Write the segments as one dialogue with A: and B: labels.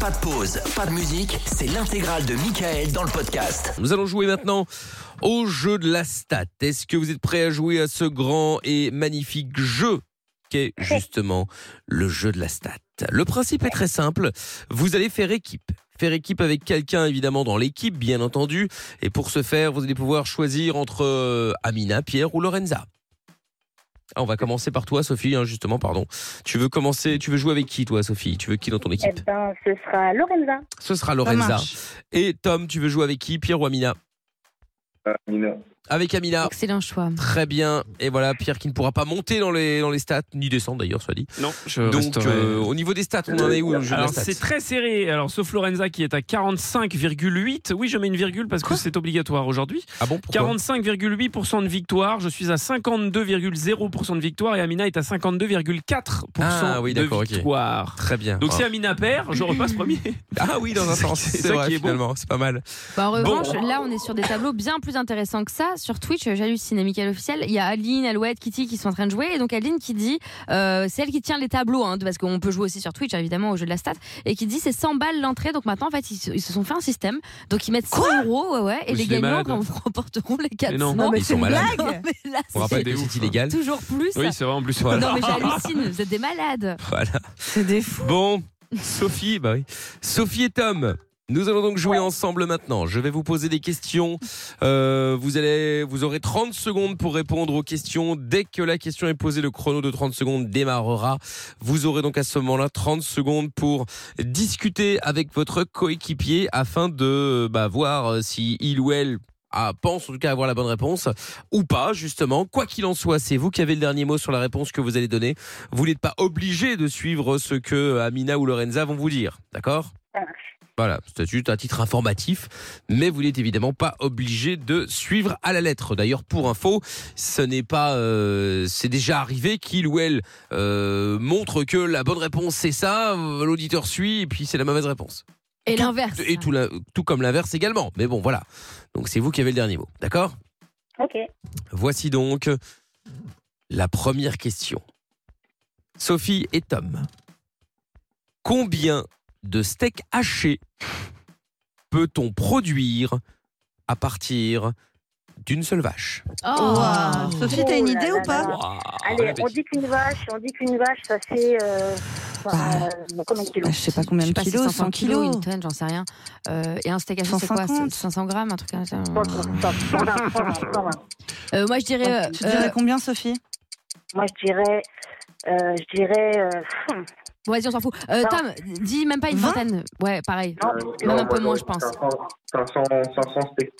A: Pas de pause, pas de musique, c'est l'intégrale de Michael dans le podcast.
B: Nous allons jouer maintenant au jeu de la stat. Est-ce que vous êtes prêts à jouer à ce grand et magnifique jeu qu'est justement le jeu de la stat Le principe est très simple. Vous allez faire équipe. Faire équipe avec quelqu'un évidemment dans l'équipe, bien entendu. Et pour ce faire, vous allez pouvoir choisir entre euh, Amina, Pierre ou Lorenza. Ah, on va commencer par toi, Sophie. hein, justement, pardon. Tu veux commencer Tu veux jouer avec qui, toi, Sophie Tu veux qui dans ton
C: Eh
B: équipe
C: ben, ce sera Lorenza.
B: Ce sera
D: Ça
B: Lorenza.
D: marche.
B: Et Tom, tu veux jouer avec qui Pierre ou Amina
E: Ah, Nina.
B: Avec
F: Ah.
B: Amina.
D: Excellent choix.
B: Très bien. Et voilà, Pierre qui ne pourra pas monter dans les, dans les stats, ni descendre d'ailleurs, soit dit.
F: Non, je
B: Donc,
F: resterai-
B: euh, au niveau des stats, on en est où le jeu de la
F: Alors
B: stat
F: c'est très serré. Alors sauf Lorenza qui est à 45,8. Oui, je mets une virgule parce
B: Quoi
F: que c'est obligatoire aujourd'hui.
B: Ah bon pourquoi
F: 45,8% de victoire. Je suis à 52,0% de victoire et Amina est à 52,4%
B: Ah oui,
F: de
B: d'accord, ok.
F: victoire.
B: Très bien.
F: Donc si
B: ah.
F: Amina perd, je repasse premier.
B: Ah oui, dans un sens,
F: C'est
B: c'est
F: ça
B: vrai
F: qui est bon.
B: finalement, c'est pas mal.
D: Bah, en
F: Bon.
D: revanche, là, on est sur des tableaux bien plus intéressants que ça. Sur Twitch, j'hallucine, Michael officiel. Il y a Aline, Alouette, Kitty qui sont en train de jouer. Et donc, Aline qui dit, euh, c'est elle qui tient les tableaux, hein, parce qu'on peut jouer aussi sur Twitch, évidemment, au jeu de la stat, et qui dit c'est 100 balles l'entrée. Donc maintenant, en fait, ils, se- ils se sont fait un système. Donc ils mettent 100 euros, ouais, ouais,
F: Mais
D: et les
F: c'est des
D: gagnants
F: malades.
D: quand vous remporteront les 400.
F: Mais non.
D: Non, mais,
B: Ils sont malades.
D: là,
B: On
D: c'est
B: rappelle
F: des
B: que
F: ouf.
B: c'est illégal.
D: toujours plus.
F: Oui, c'est vrai en plus.
B: Voilà.
D: Non, mais j'hallucine, vous êtes des malades.
B: Voilà.
D: C'est des fous.
B: Bon, Sophie, bah oui. Sophie et Tom. Nous allons donc jouer ensemble maintenant. Je vais vous poser des questions. Euh, vous allez, vous aurez 30 secondes pour répondre aux questions. Dès que la question est posée, le chrono de 30 secondes démarrera. Vous aurez donc à ce moment-là 30 secondes pour discuter avec votre coéquipier afin de euh, bah, voir euh, si il ou elle ah, pense en tout cas avoir la bonne réponse ou pas justement. Quoi qu'il en soit, c'est vous qui avez le dernier mot sur la réponse que vous allez donner. Vous n'êtes pas obligé de suivre ce que euh, Amina ou Lorenza vont vous dire, d'accord
C: Ça marche.
B: voilà, c'est juste un titre informatif, mais vous n'êtes évidemment pas obligé de suivre à la lettre. D'ailleurs, pour info, ce n'est pas, euh, c'est déjà arrivé qu'il ou elle euh, montre que la bonne réponse c'est ça, euh, l'auditeur suit et puis c'est la mauvaise réponse.
D: Et l'inverse.
B: Et tout, la- tout comme l'inverse également. Mais bon, voilà. Donc c'est vous qui avez le dernier mot, d'accord
C: Ok.
B: Voici donc la première question. Sophie et Tom, combien de steaks hachés peut-on produire à partir d'une seule vache
D: Oh.
G: Ouah. Sophie, t'as une
C: Oh là
G: idée
C: là
G: ou pas
C: là. Allez, on dit qu'une vache, on dit qu'une vache, ça fait. Euh,
D: Ah.
G: Bah.
C: euh, combien de
G: Bah,
C: kilos
G: Je sais pas
D: Je
G: combien
D: sais
G: de
D: pas si
G: kilos,
D: 500
G: 100
D: kilos,
G: kilos.
D: une tonne, j'en sais rien. Euh, et un steak à chaud, c'est quoi
G: 150?
D: C'est 500 grammes, un truc comme ça.
C: 100, 120, 120, 120.
D: Euh, moi, je dirais. euh,
G: Bah, Tu dirais combien, Sophie
C: Moi, je dirais. Euh, je dirais. Euh, hum,
D: euh, vas-y, on s'en fout. Euh, Tom, dis même pas une
G: Vingt
D: vingtaine. Ouais, pareil.
C: non,
E: Euh,
D: non, un
E: moi,
D: peu moins,
E: j'aurais
D: je pense.
E: 500, 500, 500 steaks.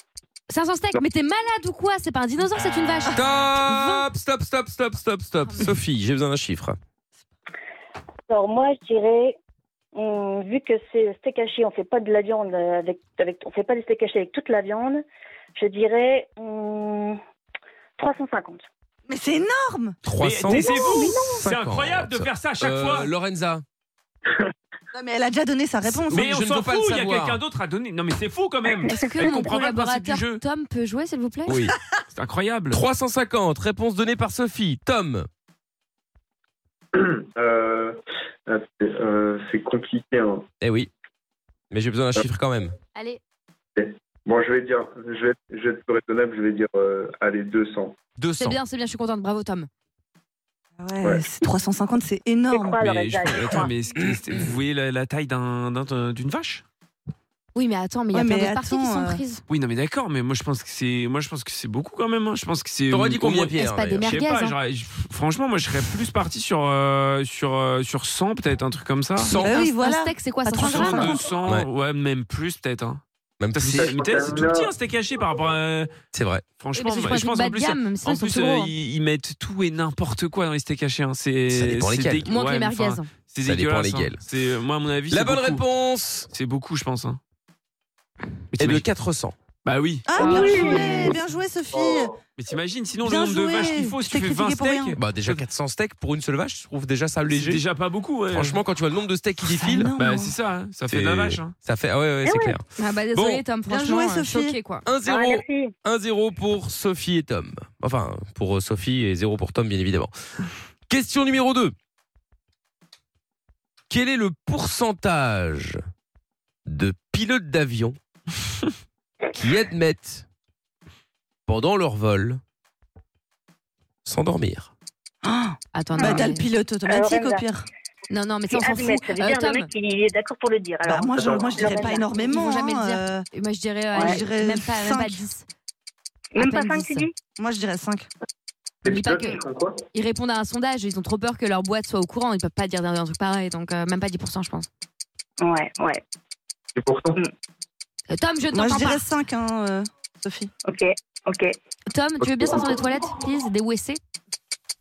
D: 500 steaks, mais t'es malade ou quoi C'est pas un dinosaure, c'est une vache.
B: Stop, stop, stop, stop, stop, stop. Sophie, j'ai besoin d'un chiffre.
C: Alors, moi, je dirais. hum, vu que c'est steak haché, on fait pas de la viande avec, avec on fait pas des steak hachés avec toute la viande. Je dirais hum, 350.
G: Mais c'est énorme
F: Mais
B: 300.
F: taisez-vous C'est incroyable de faire ça à chaque
B: Euh,
F: fois.
B: Lorenza,
G: Non, mais elle a déjà donné sa réponse.
B: je
F: Mais on
B: ne veux
F: s'en
B: pas le
F: fout, il y a
B: savoir.
F: quelqu'un d'autre à donner. Non mais c'est fou quand même.
D: Est-ce que
F: Elle
D: mon
F: comprend pas le principe du
D: collaborateur
F: jeu.
D: Tom peut jouer, s'il vous plaît
B: oui.
F: C'est incroyable.
B: 350, réponse donnée par Sophie. Tom,
E: Euh, euh, c'est, euh, c'est compliqué. Hein.
B: eh oui. Mais j'ai besoin d'un chiffre quand même.
D: Allez,
E: Bon, je vais dire, je vais, je vais être plus raisonnable, je vais dire, euh, allez, 200.
B: 200.
D: c'est bien, c'est bien, je suis contente. Bravo, Tom.
G: hein. Ouais,
E: Ouais.
G: c'est 350, c'est
C: Je
G: énorme.
C: crois,
F: Mais,
C: Lorenza,
F: je-
C: je
F: attends,
C: crois.
F: mais ce qui- vous voyez la, la taille d'un- d'un- d'une vache
D: Oui, mais attends, mais il y a
G: Ouais,
D: plein
G: mais
D: d'autres parties qui
G: attends,
D: sont
G: euh,
D: prises.
F: Oui, non mais d'accord, mais moi je pense que c'est moi je pense que c'est beaucoup quand même. hein. Je pense que c'est.
B: T'aurais dit
F: au
B: combien,
F: moins-
B: Pierre
D: Est-ce pas des
B: d'ailleurs
F: Je sais
D: Merguez,
F: pas.
D: hein.
F: j'aurais- je- Franchement, moi je serais plus parti sur euh, sur euh, sur 100 peut-être un truc comme ça.
B: 100.
G: Bah oui,
D: un,
G: voilà.
D: un steak, c'est quoi
G: Pas
D: 500
G: 300
F: 300,
D: grammes
F: 200,
B: Ouais.
F: ouais. même plus peut-être. hein.
B: Même
F: Putain,
B: plus.
F: C'est mais t'as- c'est tout petit, hein, c'était caché par rapport. à-
B: C'est vrai.
D: Oui,
F: Franchement,
D: parce que
F: moi, je pense
D: bas
F: en
D: de
F: plus.
D: gamme, mais c'est
F: En
D: vrai, ils
F: plus,
D: sont
F: euh,
D: trop gros.
F: ils ils mettent tout et n'importe quoi dans les steaks hachés. hein. C'est
B: Ça dépend
F: c'est
B: lesquels.
F: dégue-
D: Moins que
F: ouais,
D: les
F: mais enfin,
D: merguez.
F: C'est
B: Ça dépend
F: dégueulasse. hein.
B: lesquels.
F: C'est moi à mon avis.
B: La
F: c'est
B: bonne
F: beaucoup.
B: réponse
F: C'est beaucoup, je pense. hein.
B: est
F: Mais
B: de
F: t'imagines-
B: 400.
F: Bah oui.
G: Ah, bien joué, bien joué, Sophie.
E: Euh, Oh.
F: Mais t'imagines, sinon
G: Bien
F: le nombre de
G: joué.
F: vaches qu'il faut, si
G: Je
F: tu
G: t'ai
F: fais 20
G: critiqué pour rien.
F: steaks,
B: Bah déjà 400 steaks pour une seule vache, je trouve déjà ça
F: c'est
B: léger.
F: déjà euh, pas beaucoup. ouais.
B: Franchement, quand tu vois le nombre de steaks qui
G: C'est
B: défilent,
G: énorme.
F: bah c'est ça, hein. ça fait de la
B: c'est-
F: vache. hein.
B: ça fait ah ouais, ouais c'est clair.
D: Ah bah
B: Bon.
D: désolé Tom,
G: Bien
D: franchement,
G: joué,
D: euh,
G: Sophie.
D: choquée, quoi.
C: Ah,
B: 1-0,
C: merci.
B: 1-0 pour Sophie et Tom. Enfin, pour euh, Sophie et 0 pour Tom bien évidemment. Question numéro 2. Quel est le pourcentage de pilotes d'avion qui admettent pendant leur vol s'endormir.
D: Attends,
G: Bah,
D: non,
G: t'as
D: mais-
G: le pilote automatique
C: Alors,
G: au
C: Renza.
G: pire.
D: non, non, mais ça,
C: C'est
D: on s'en fout.
C: admettre, Ah, ça veut
D: Euh,
C: dire
D: Tom,
C: le mec, il est d'accord pour le dire. Alors,
G: Bah, moi, je,
E: attends,
G: moi, je dirais pas
C: Lorenza.
G: énormément.
D: Ils vont jamais
G: hein,
D: le dire.
G: euh,
D: moi, je dirais, euh,
G: Ouais,
D: je
G: je dirais
D: même pas, même pas
G: cinq.
D: 10.
C: Même
D: à
C: pas
D: peine
C: 5, tu
D: dix.
C: dis
G: moi, je dirais 5.
E: Les
D: Oublie pas
E: pilotes, ils
D: que-
E: font quoi
D: Ils répondent à un sondage, ils ont trop peur que leur boîte soit au courant, ils peuvent pas dire un truc pareil, donc euh, même pas 10%, je pense.
C: Ouais, ouais.
E: Et pourtant,
D: Euh, Tom, je
G: Moi,
D: t'entends
G: je
D: pas.
G: dirais 5, hein, euh, Sophie.
C: Ok, ok.
D: Tom, tu veux bien sortir des toilettes, please Des WC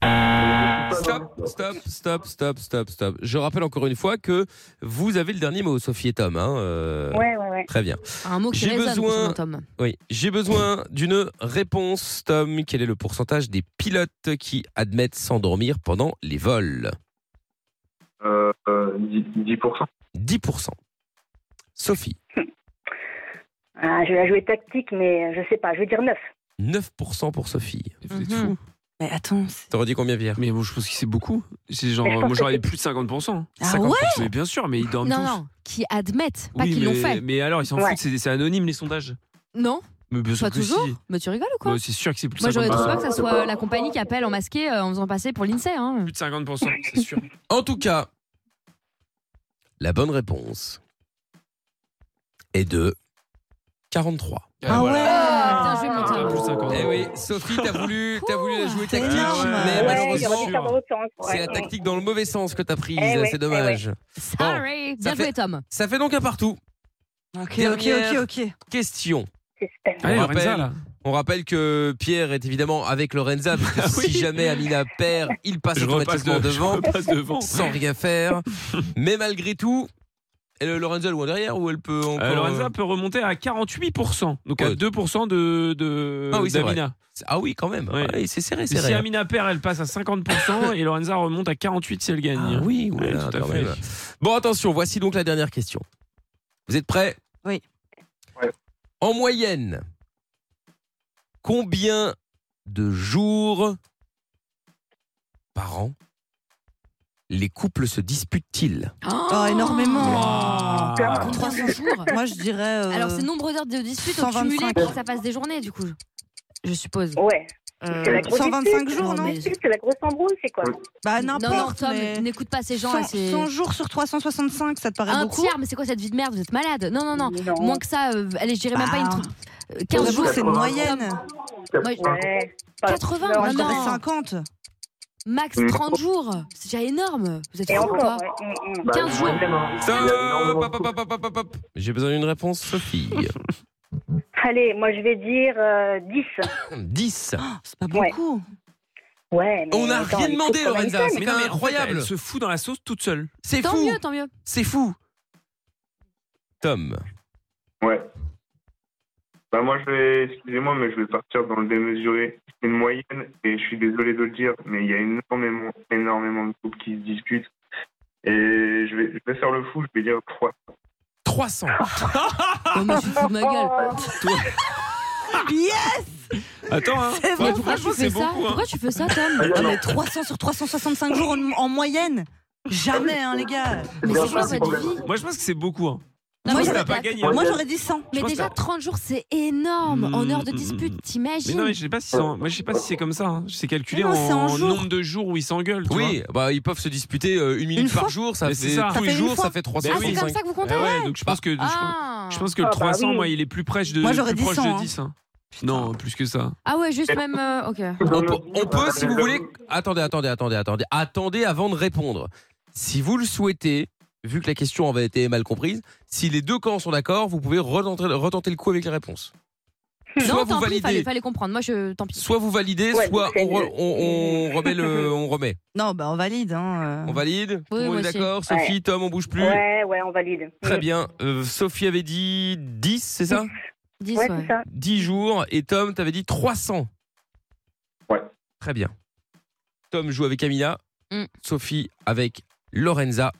E: Euh,
B: Stop, stop, stop, stop, stop, stop. Je rappelle encore une fois que vous avez le dernier mot, Sophie et Tom. hein, euh,
C: Ouais, ouais, ouais.
B: Très bien.
D: Un mot qui
B: J'ai
D: résonne,
B: besoin-
D: concernant Tom.
B: Oui, j'ai besoin d'une réponse, Tom. Quel est le pourcentage des pilotes qui admettent s'endormir pendant les vols
E: euh, euh, 10%.
B: 10%. Sophie,
C: Ah, je vais la jouer tactique, mais je sais pas, je vais dire 9.
B: 9% pour Sophie.
F: Vous êtes
D: Mhm.
F: fous.
G: Mais attends. c'est-
B: T'aurais dit combien, Pierre
F: Mais bon, je pense que c'est beaucoup. C'est genre,
C: Mais je pense
F: moi
C: que
F: j'aurais
C: c'est-
F: plus de 50%.
G: Ah
B: 50%.
G: ouais
F: Mais bien sûr, mais ils dorment
D: Non,
F: tous.
D: non, qui admettent, pas
F: Oui,
D: qu'ils l'ont
F: mais,
D: fait.
F: mais alors, ils s'en
C: Ouais.
F: foutent, c'est c'est anonyme les sondages.
D: Non,
F: Mais bien sûr
D: pas
F: que si.
D: toujours. Mais tu rigoles ou quoi
F: Ouais, C'est sûr que c'est plus de
D: Moi, j'aurais trop
F: 50%.
D: peur que ça soit la compagnie qui appelle en masqué euh, en faisant passer pour l'INSEE. Hein.
G: Oh!
F: Plus de 50%, c'est sûr.
B: En tout cas, la bonne réponse est de 43.
G: Ah
F: voilà.
D: Ah, putain, je vais
F: Ah,
D: me
F: plus de 50%.
D: mentir.
B: Eh oui, Sophie, t'as voulu, t'as voulu la jouer
G: C'est
B: tactique,
G: énorme.
B: mais
C: ouais,
F: Ouais, il y
B: malheureusement,
F: aurait
C: j'aurais dû faire dans l'autre sens. ouais.
B: c'est la tactique dans le mauvais sens que t'as prise.
C: Eh ouais,
B: c'est
C: eh
B: dommage.
D: Sorry, bien
B: ça fait-
D: joué, Tom.
B: Ça fait donc un partout.
G: Ok, ok,
B: Dernière.
G: ok, ok.
B: Question.
C: Suspense.
F: Allez,
B: On
F: Lorenza,
B: rappelle-
F: là.
B: On rappelle que Pierre est évidemment avec Lorenza, parce que
F: Ah oui.
B: si jamais Amina perd, il passe
F: Je repasse,
B: automatiquement
F: de- je
B: devant,
F: repasse devant.
B: sans rien faire. Mais malgré tout, elle, Lorenza elle voit derrière ou elle peut encore.
F: Euh, Lorenza peut remonter à 48%, donc à
B: Ouais.
F: 2% de, de
B: Ah oui, c'est
F: d'Amina.
B: Ah oui, quand même.
F: Ouais.
B: Ouais, c'est serré,
F: Et
B: c'est
F: Si
B: serré. hein.
F: Amina perd, elle passe à 50% et Lorenza remonte à 48 si elle gagne.
B: Ah oui,
F: Ouais,
B: oulala,
F: tout à
B: quand
F: fait.
B: même. Bon, attention, voici donc la dernière question. Vous êtes prêts
G: Oui.
E: Ouais.
B: En moyenne, combien de jours par an les couples se disputent-ils
G: Oh, énormément.
F: Ah.
C: Plein.
D: 300 jours.
G: Moi, je dirais. euh,
D: Alors, c'est nombre d'heures de dispute au
G: 125.
D: cumulé pour que ça passe des journées, du coup. Je suppose.
C: Ouais,
G: euh,
C: c'est la grosse
G: 125
C: dispute.
G: jours,
D: Non,
G: non
D: mais-
C: C'est la grosse embrouille, c'est quoi
G: Bah,
D: non,
G: n'importe.
D: non, Tom,
G: mais-
D: n'écoute pas ces gens.
G: 100,
D: là, c'est
G: 100 jours sur 365, ça te paraît
D: un
G: beaucoup
D: tiers, mais c'est quoi cette vie de merde Vous êtes malade. Non, non, non.
C: Non.
D: Moins que ça, euh, allez, je dirais même pas une.
G: Bah,
D: tr- euh,
G: J'avoue
D: 15 jours.
G: que c'est une moyenne.
D: Moi, je-
C: Ouais. Pas-
D: 80,
C: Non,
G: Moi, je
C: non.
G: dirais 50.
D: Max 30 jours. C'est déjà énorme. Vous êtes
C: Et
D: fous ou
C: encore,
D: pas
C: ouais. Mm, mm.
E: Bah,
D: 15 jours.
E: vraiment.
B: Stop,
E: énormément de
B: hop, hop, hop, hop, hop, hop. J'ai besoin d'une réponse, Sophie.
C: Allez, moi je vais dire euh, 10.
B: 10.
D: Ah,
G: Oh, c'est pas
C: Ouais.
G: beaucoup.
C: Ouais, mais
B: On n'a
C: attends,
B: rien
C: il faut
B: demandé,
C: qu'on aille
B: Lorenza.
C: faire,
B: C'est
F: Mais non, mais en fait,
B: incroyable.
F: elle se fout dans la sauce toute seule.
B: C'est
D: Tant
B: fou.
D: mieux, tant mieux.
B: C'est fou. Tom.
E: Ouais. Bah moi je vais, excusez-moi, mais je vais partir dans le démesuré. C'est une moyenne et je suis désolé de le dire, mais il y a énormément, énormément de couples qui se discutent. Et je vais, je vais faire le fou, je vais dire 3.
B: 300.
D: Non, Oh, mais tu te fous de ma gueule.
C: Oh.
G: Yes
F: Attends, hein.
G: C'est
F: Ouais,
G: bon,
D: pourquoi tu
F: franchement,
D: fais
F: c'est
D: ça
F: beaucoup. hein.
D: Pourquoi tu fais ça, Tom
G: Ah, mais 300 sur 365 jours en, en moyenne Jamais, hein, les gars
D: Mais
E: bien
D: c'est quoi
E: sûr,
D: votre
E: c'est
D: vie
F: Moi, je pense que c'est beaucoup. hein.
D: Non,
G: Moi,
D: mais ça
G: je vais
D: va
F: pas hein.
D: pas.
F: gagner.
G: Moi, j'aurais dit 100.
D: Mais
F: pense
D: déjà,
F: que-
D: 30 jours, c'est énorme en
F: Mm,
D: heures de
F: mm,
D: dispute,
F: Mais non, mais
D: t'imagines Ah,
F: je sais pas si c'est en- moi, je sais pas si c'est comme ça. hein. C'est calculé
G: Mais non, c'est en
F: en
G: jours.
F: nombre de jours où ils s'engueulent. tu vois.
B: Oui, bah, ils peuvent se disputer euh, une minute
G: Une
B: par
G: fois
B: jour, ça
F: Mais
B: fait
F: c'est ça.
B: tous
G: Ça
B: les
G: fait une
B: jours,
G: fois.
B: ça fait
F: Bah
D: Ah, c'est
B: 365.
D: comme ça que vous comptez
F: Ah ouais, donc je pense que je, pense-
D: ah.
F: je pense que le
C: Ah, bah
F: 300,
C: oui.
F: moi, il est plus proche de,
G: Moi, j'aurais
F: plus
G: dit
F: proche
G: 100,
F: de
G: hein.
F: 10. hein. Non, plus que ça.
D: Ah ouais, juste même. euh, ok.
B: On, peut- on peut, si vous voulez. Attendez, attendez, attendez, attendez. Attendez avant de répondre. Si vous le souhaitez, vu que la question avait été mal comprise, si les deux camps sont d'accord, vous pouvez retenter, retenter le coup avec les réponses. Soit
D: non,
B: vous
D: tant pis, fallait,
B: validez,
D: fallait comprendre. Moi, je. Tant pis.
B: soit vous validez,
C: Ouais,
B: soit
C: donc
B: on,
C: c'est
B: re-
C: mieux.
B: on- on remet le, on remet.
G: Non, bah, on valide. Hein, euh.
B: On valide. Tout le
D: moi
B: monde est
D: aussi.
B: d'accord. Sophie, Tom, on bouge plus.
C: Ouais, ouais, on valide.
B: Très
C: Mm.
B: bien. Euh, Sophie avait dit 10, c'est ça
D: 10,
C: Ouais,
D: ouais.
C: c'est ça.
B: 10 jours et Tom, t'avais dit 300.
E: Ouais.
B: Très bien. Tom joue avec Camilla,
D: Mm.
B: Sophie avec Lorenza.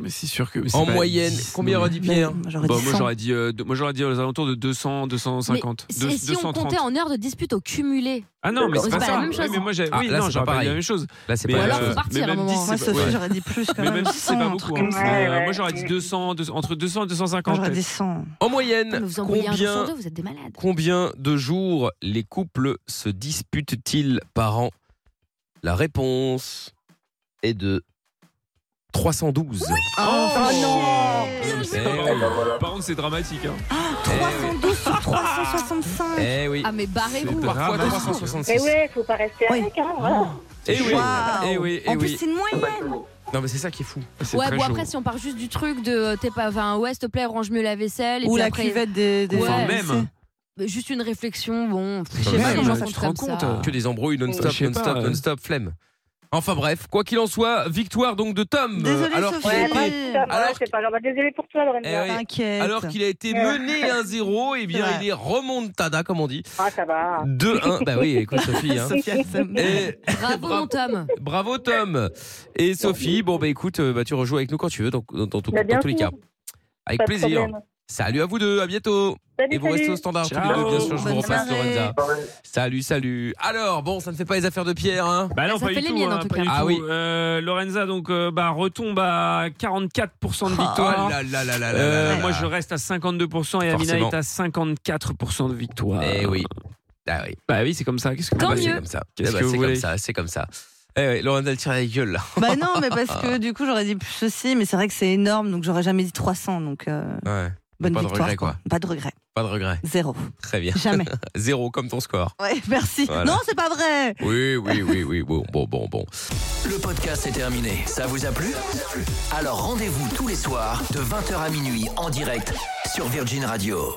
F: Mais c'est sûr que.
B: En moyenne, combien aurait dit Pierre
G: Moi, J'aurais
F: Bah,
G: dit
F: moi
G: 100.
F: j'aurais dit, euh, de- moi j'aurais dit aux alentours de 200, 250,
D: Mais si-
F: deux-
D: et si on
F: 230.
D: comptait en heures de dispute au cumulé
F: Ah non, mais
D: C'est
F: c'est pas,
D: pas la
F: ça.
D: même chose.
F: Oui, mais moi j'ai,
B: Ah,
F: oui,
B: là,
F: non,
B: c'est
F: j'aurais
B: pas
F: pas dit la
B: pareil.
F: même chose.
B: Là, c'est
F: Mais, euh,
B: pas
D: Ou
B: la
D: alors,
B: même
D: faut
B: chose.
D: partir
F: mais
D: à un
F: même
D: moment,
F: dix,
D: hein.
G: Moi,
F: c'est
G: Sophie,
F: pas- ouais.
G: j'aurais dit plus quand
F: Mais
G: même.
F: même si c'est pas
G: 100, un
F: beaucoup.
G: truc
F: hein.
G: comme ça.
F: Mais, euh,
E: Ouais,
F: Moi
E: ouais.
F: j'aurais dit 200, 200 entre 200 et 250.
G: J'aurais
F: peut-être.
G: dit 100.
B: En
D: Mais
B: moyenne,
D: vous envoyez un sur
B: combien,
D: deux, vous êtes des malades.
B: combien de jours les couples se disputent-ils par an La réponse est de 312.
G: Oh,
D: Ah,
B: Bien joué. Eh
F: Par
B: oui.
D: bah
F: contre- Par contre, c'est dramatique. hein.
G: 312 sur 365.
B: Eh oui.
D: Ah mais barrez-vous.
F: C'est
B: Parfois
F: dramatique.
B: 366.
C: Mais ouais, faut pas rester
G: Oui.
C: avec, hein, voilà.
B: Eh oui.
G: Waouh.
B: Eh oui. Eh
G: En plus,
B: oui.
G: c'est une moyenne.
B: Non, mais c'est ça qui est fou.
F: Ah, C'est
D: Ouais,
F: très
D: bon
F: chaud.
D: après si on part juste du truc de euh, t'es pas, enfin ouais s'il te plaît range mieux la vaisselle et
G: Ou
D: puis
G: la
D: après,
G: cuvette des. des-
D: Enfin,
G: des-
F: même.
D: juste une réflexion, bon, pff, je sais
B: Même,
D: pas comment
F: tu
D: ça
F: te
D: se
F: rends
D: comme
F: compte,
D: ça.
F: euh,
B: Que des embrouilles non-stop,
F: Je sais
B: non-stop,
F: pas, euh.
B: non-stop, flemme. Enfin bref, quoi qu'il en soit, victoire donc de Tom.
G: Désolée,
B: alors qu'il a
G: Sophie.
B: été-
G: Ouais,
C: putain, voilà,
B: alors
C: c'est pas grave. Bah, Désolé pour toi, Lorenzo.
B: Eh oui.
G: T'inquiète.
B: alors qu'il a été mené 1-0, et bien
G: C'est vrai.
B: il est remontada, comme on dit.
C: Ah, ça va.
B: 2-1. Bah oui, écoute Sophie. hein.
G: Sophie Assam.
B: Et-
D: Bravo mon Tom.
B: bravo Tom. Et Sophie, bon bah écoute, euh, bah, tu rejoues avec nous quand tu veux, dans, dans- dans tout-
C: Bah, bien
B: dans tous les cas.
C: sûr.
B: Avec
C: Pas de
B: plaisir.
C: problème.
B: Salut à vous deux, à bientôt.
C: Salut,
B: et vous
C: salut.
B: restez au standard tous les
F: Ciao.
B: deux, bien sûr, je vous
G: Bonne
B: repasse
G: soirée.
B: Lorenza. Salut, salut. Alors, bon, ça ne fait pas les affaires de Pierre, hein
F: Bah non,
D: Ça
F: pas
D: fait
F: du
D: les
F: tout.
D: miennes, en
F: hein,
D: tout
F: pas
D: cas.
F: du
B: Ah
F: tout.
B: oui.
F: Euh, Lorenza donc euh, bah, retombe à 44% de victoire.
D: ah,
B: Oh là là là là là
F: Euh,
B: là là.
F: moi je reste à 52% et Amina
B: Forcément.
F: est à 54% de victoire.
B: Eh oui. Ah oui.
F: Bah oui, c'est comme ça. Qu'est-ce que
D: Tant
B: Ah bah,
F: Bah,
B: c'est
D: mieux.
B: comme ça.
F: Qu'est-ce
B: Ah bah,
F: que vous
B: c'est comme
F: voulez
B: ça, c'est comme ça. Eh ouais, Lorenza, elle tire la gueule là.
G: Bah non, mais parce que du coup, j'aurais dit plus ceci, mais c'est vrai que c'est énorme, donc j'aurais jamais dit 300, donc euh,
B: Ouais,
G: bonne
B: pas de
G: victoire.
B: regret, quoi.
G: Pas de regret.
B: pas de regret.
G: Zéro.
B: Très bien.
G: Jamais.
B: Zéro comme ton score.
G: Ouais, merci.
B: Voilà.
G: Non, c'est pas vrai.
B: Oui, oui, oui, oui. Bon, bon, bon, bon.
A: Le podcast est terminé. Ça vous a plu Alors rendez-vous tous les soirs de 20h à minuit en direct sur Virgin Radio.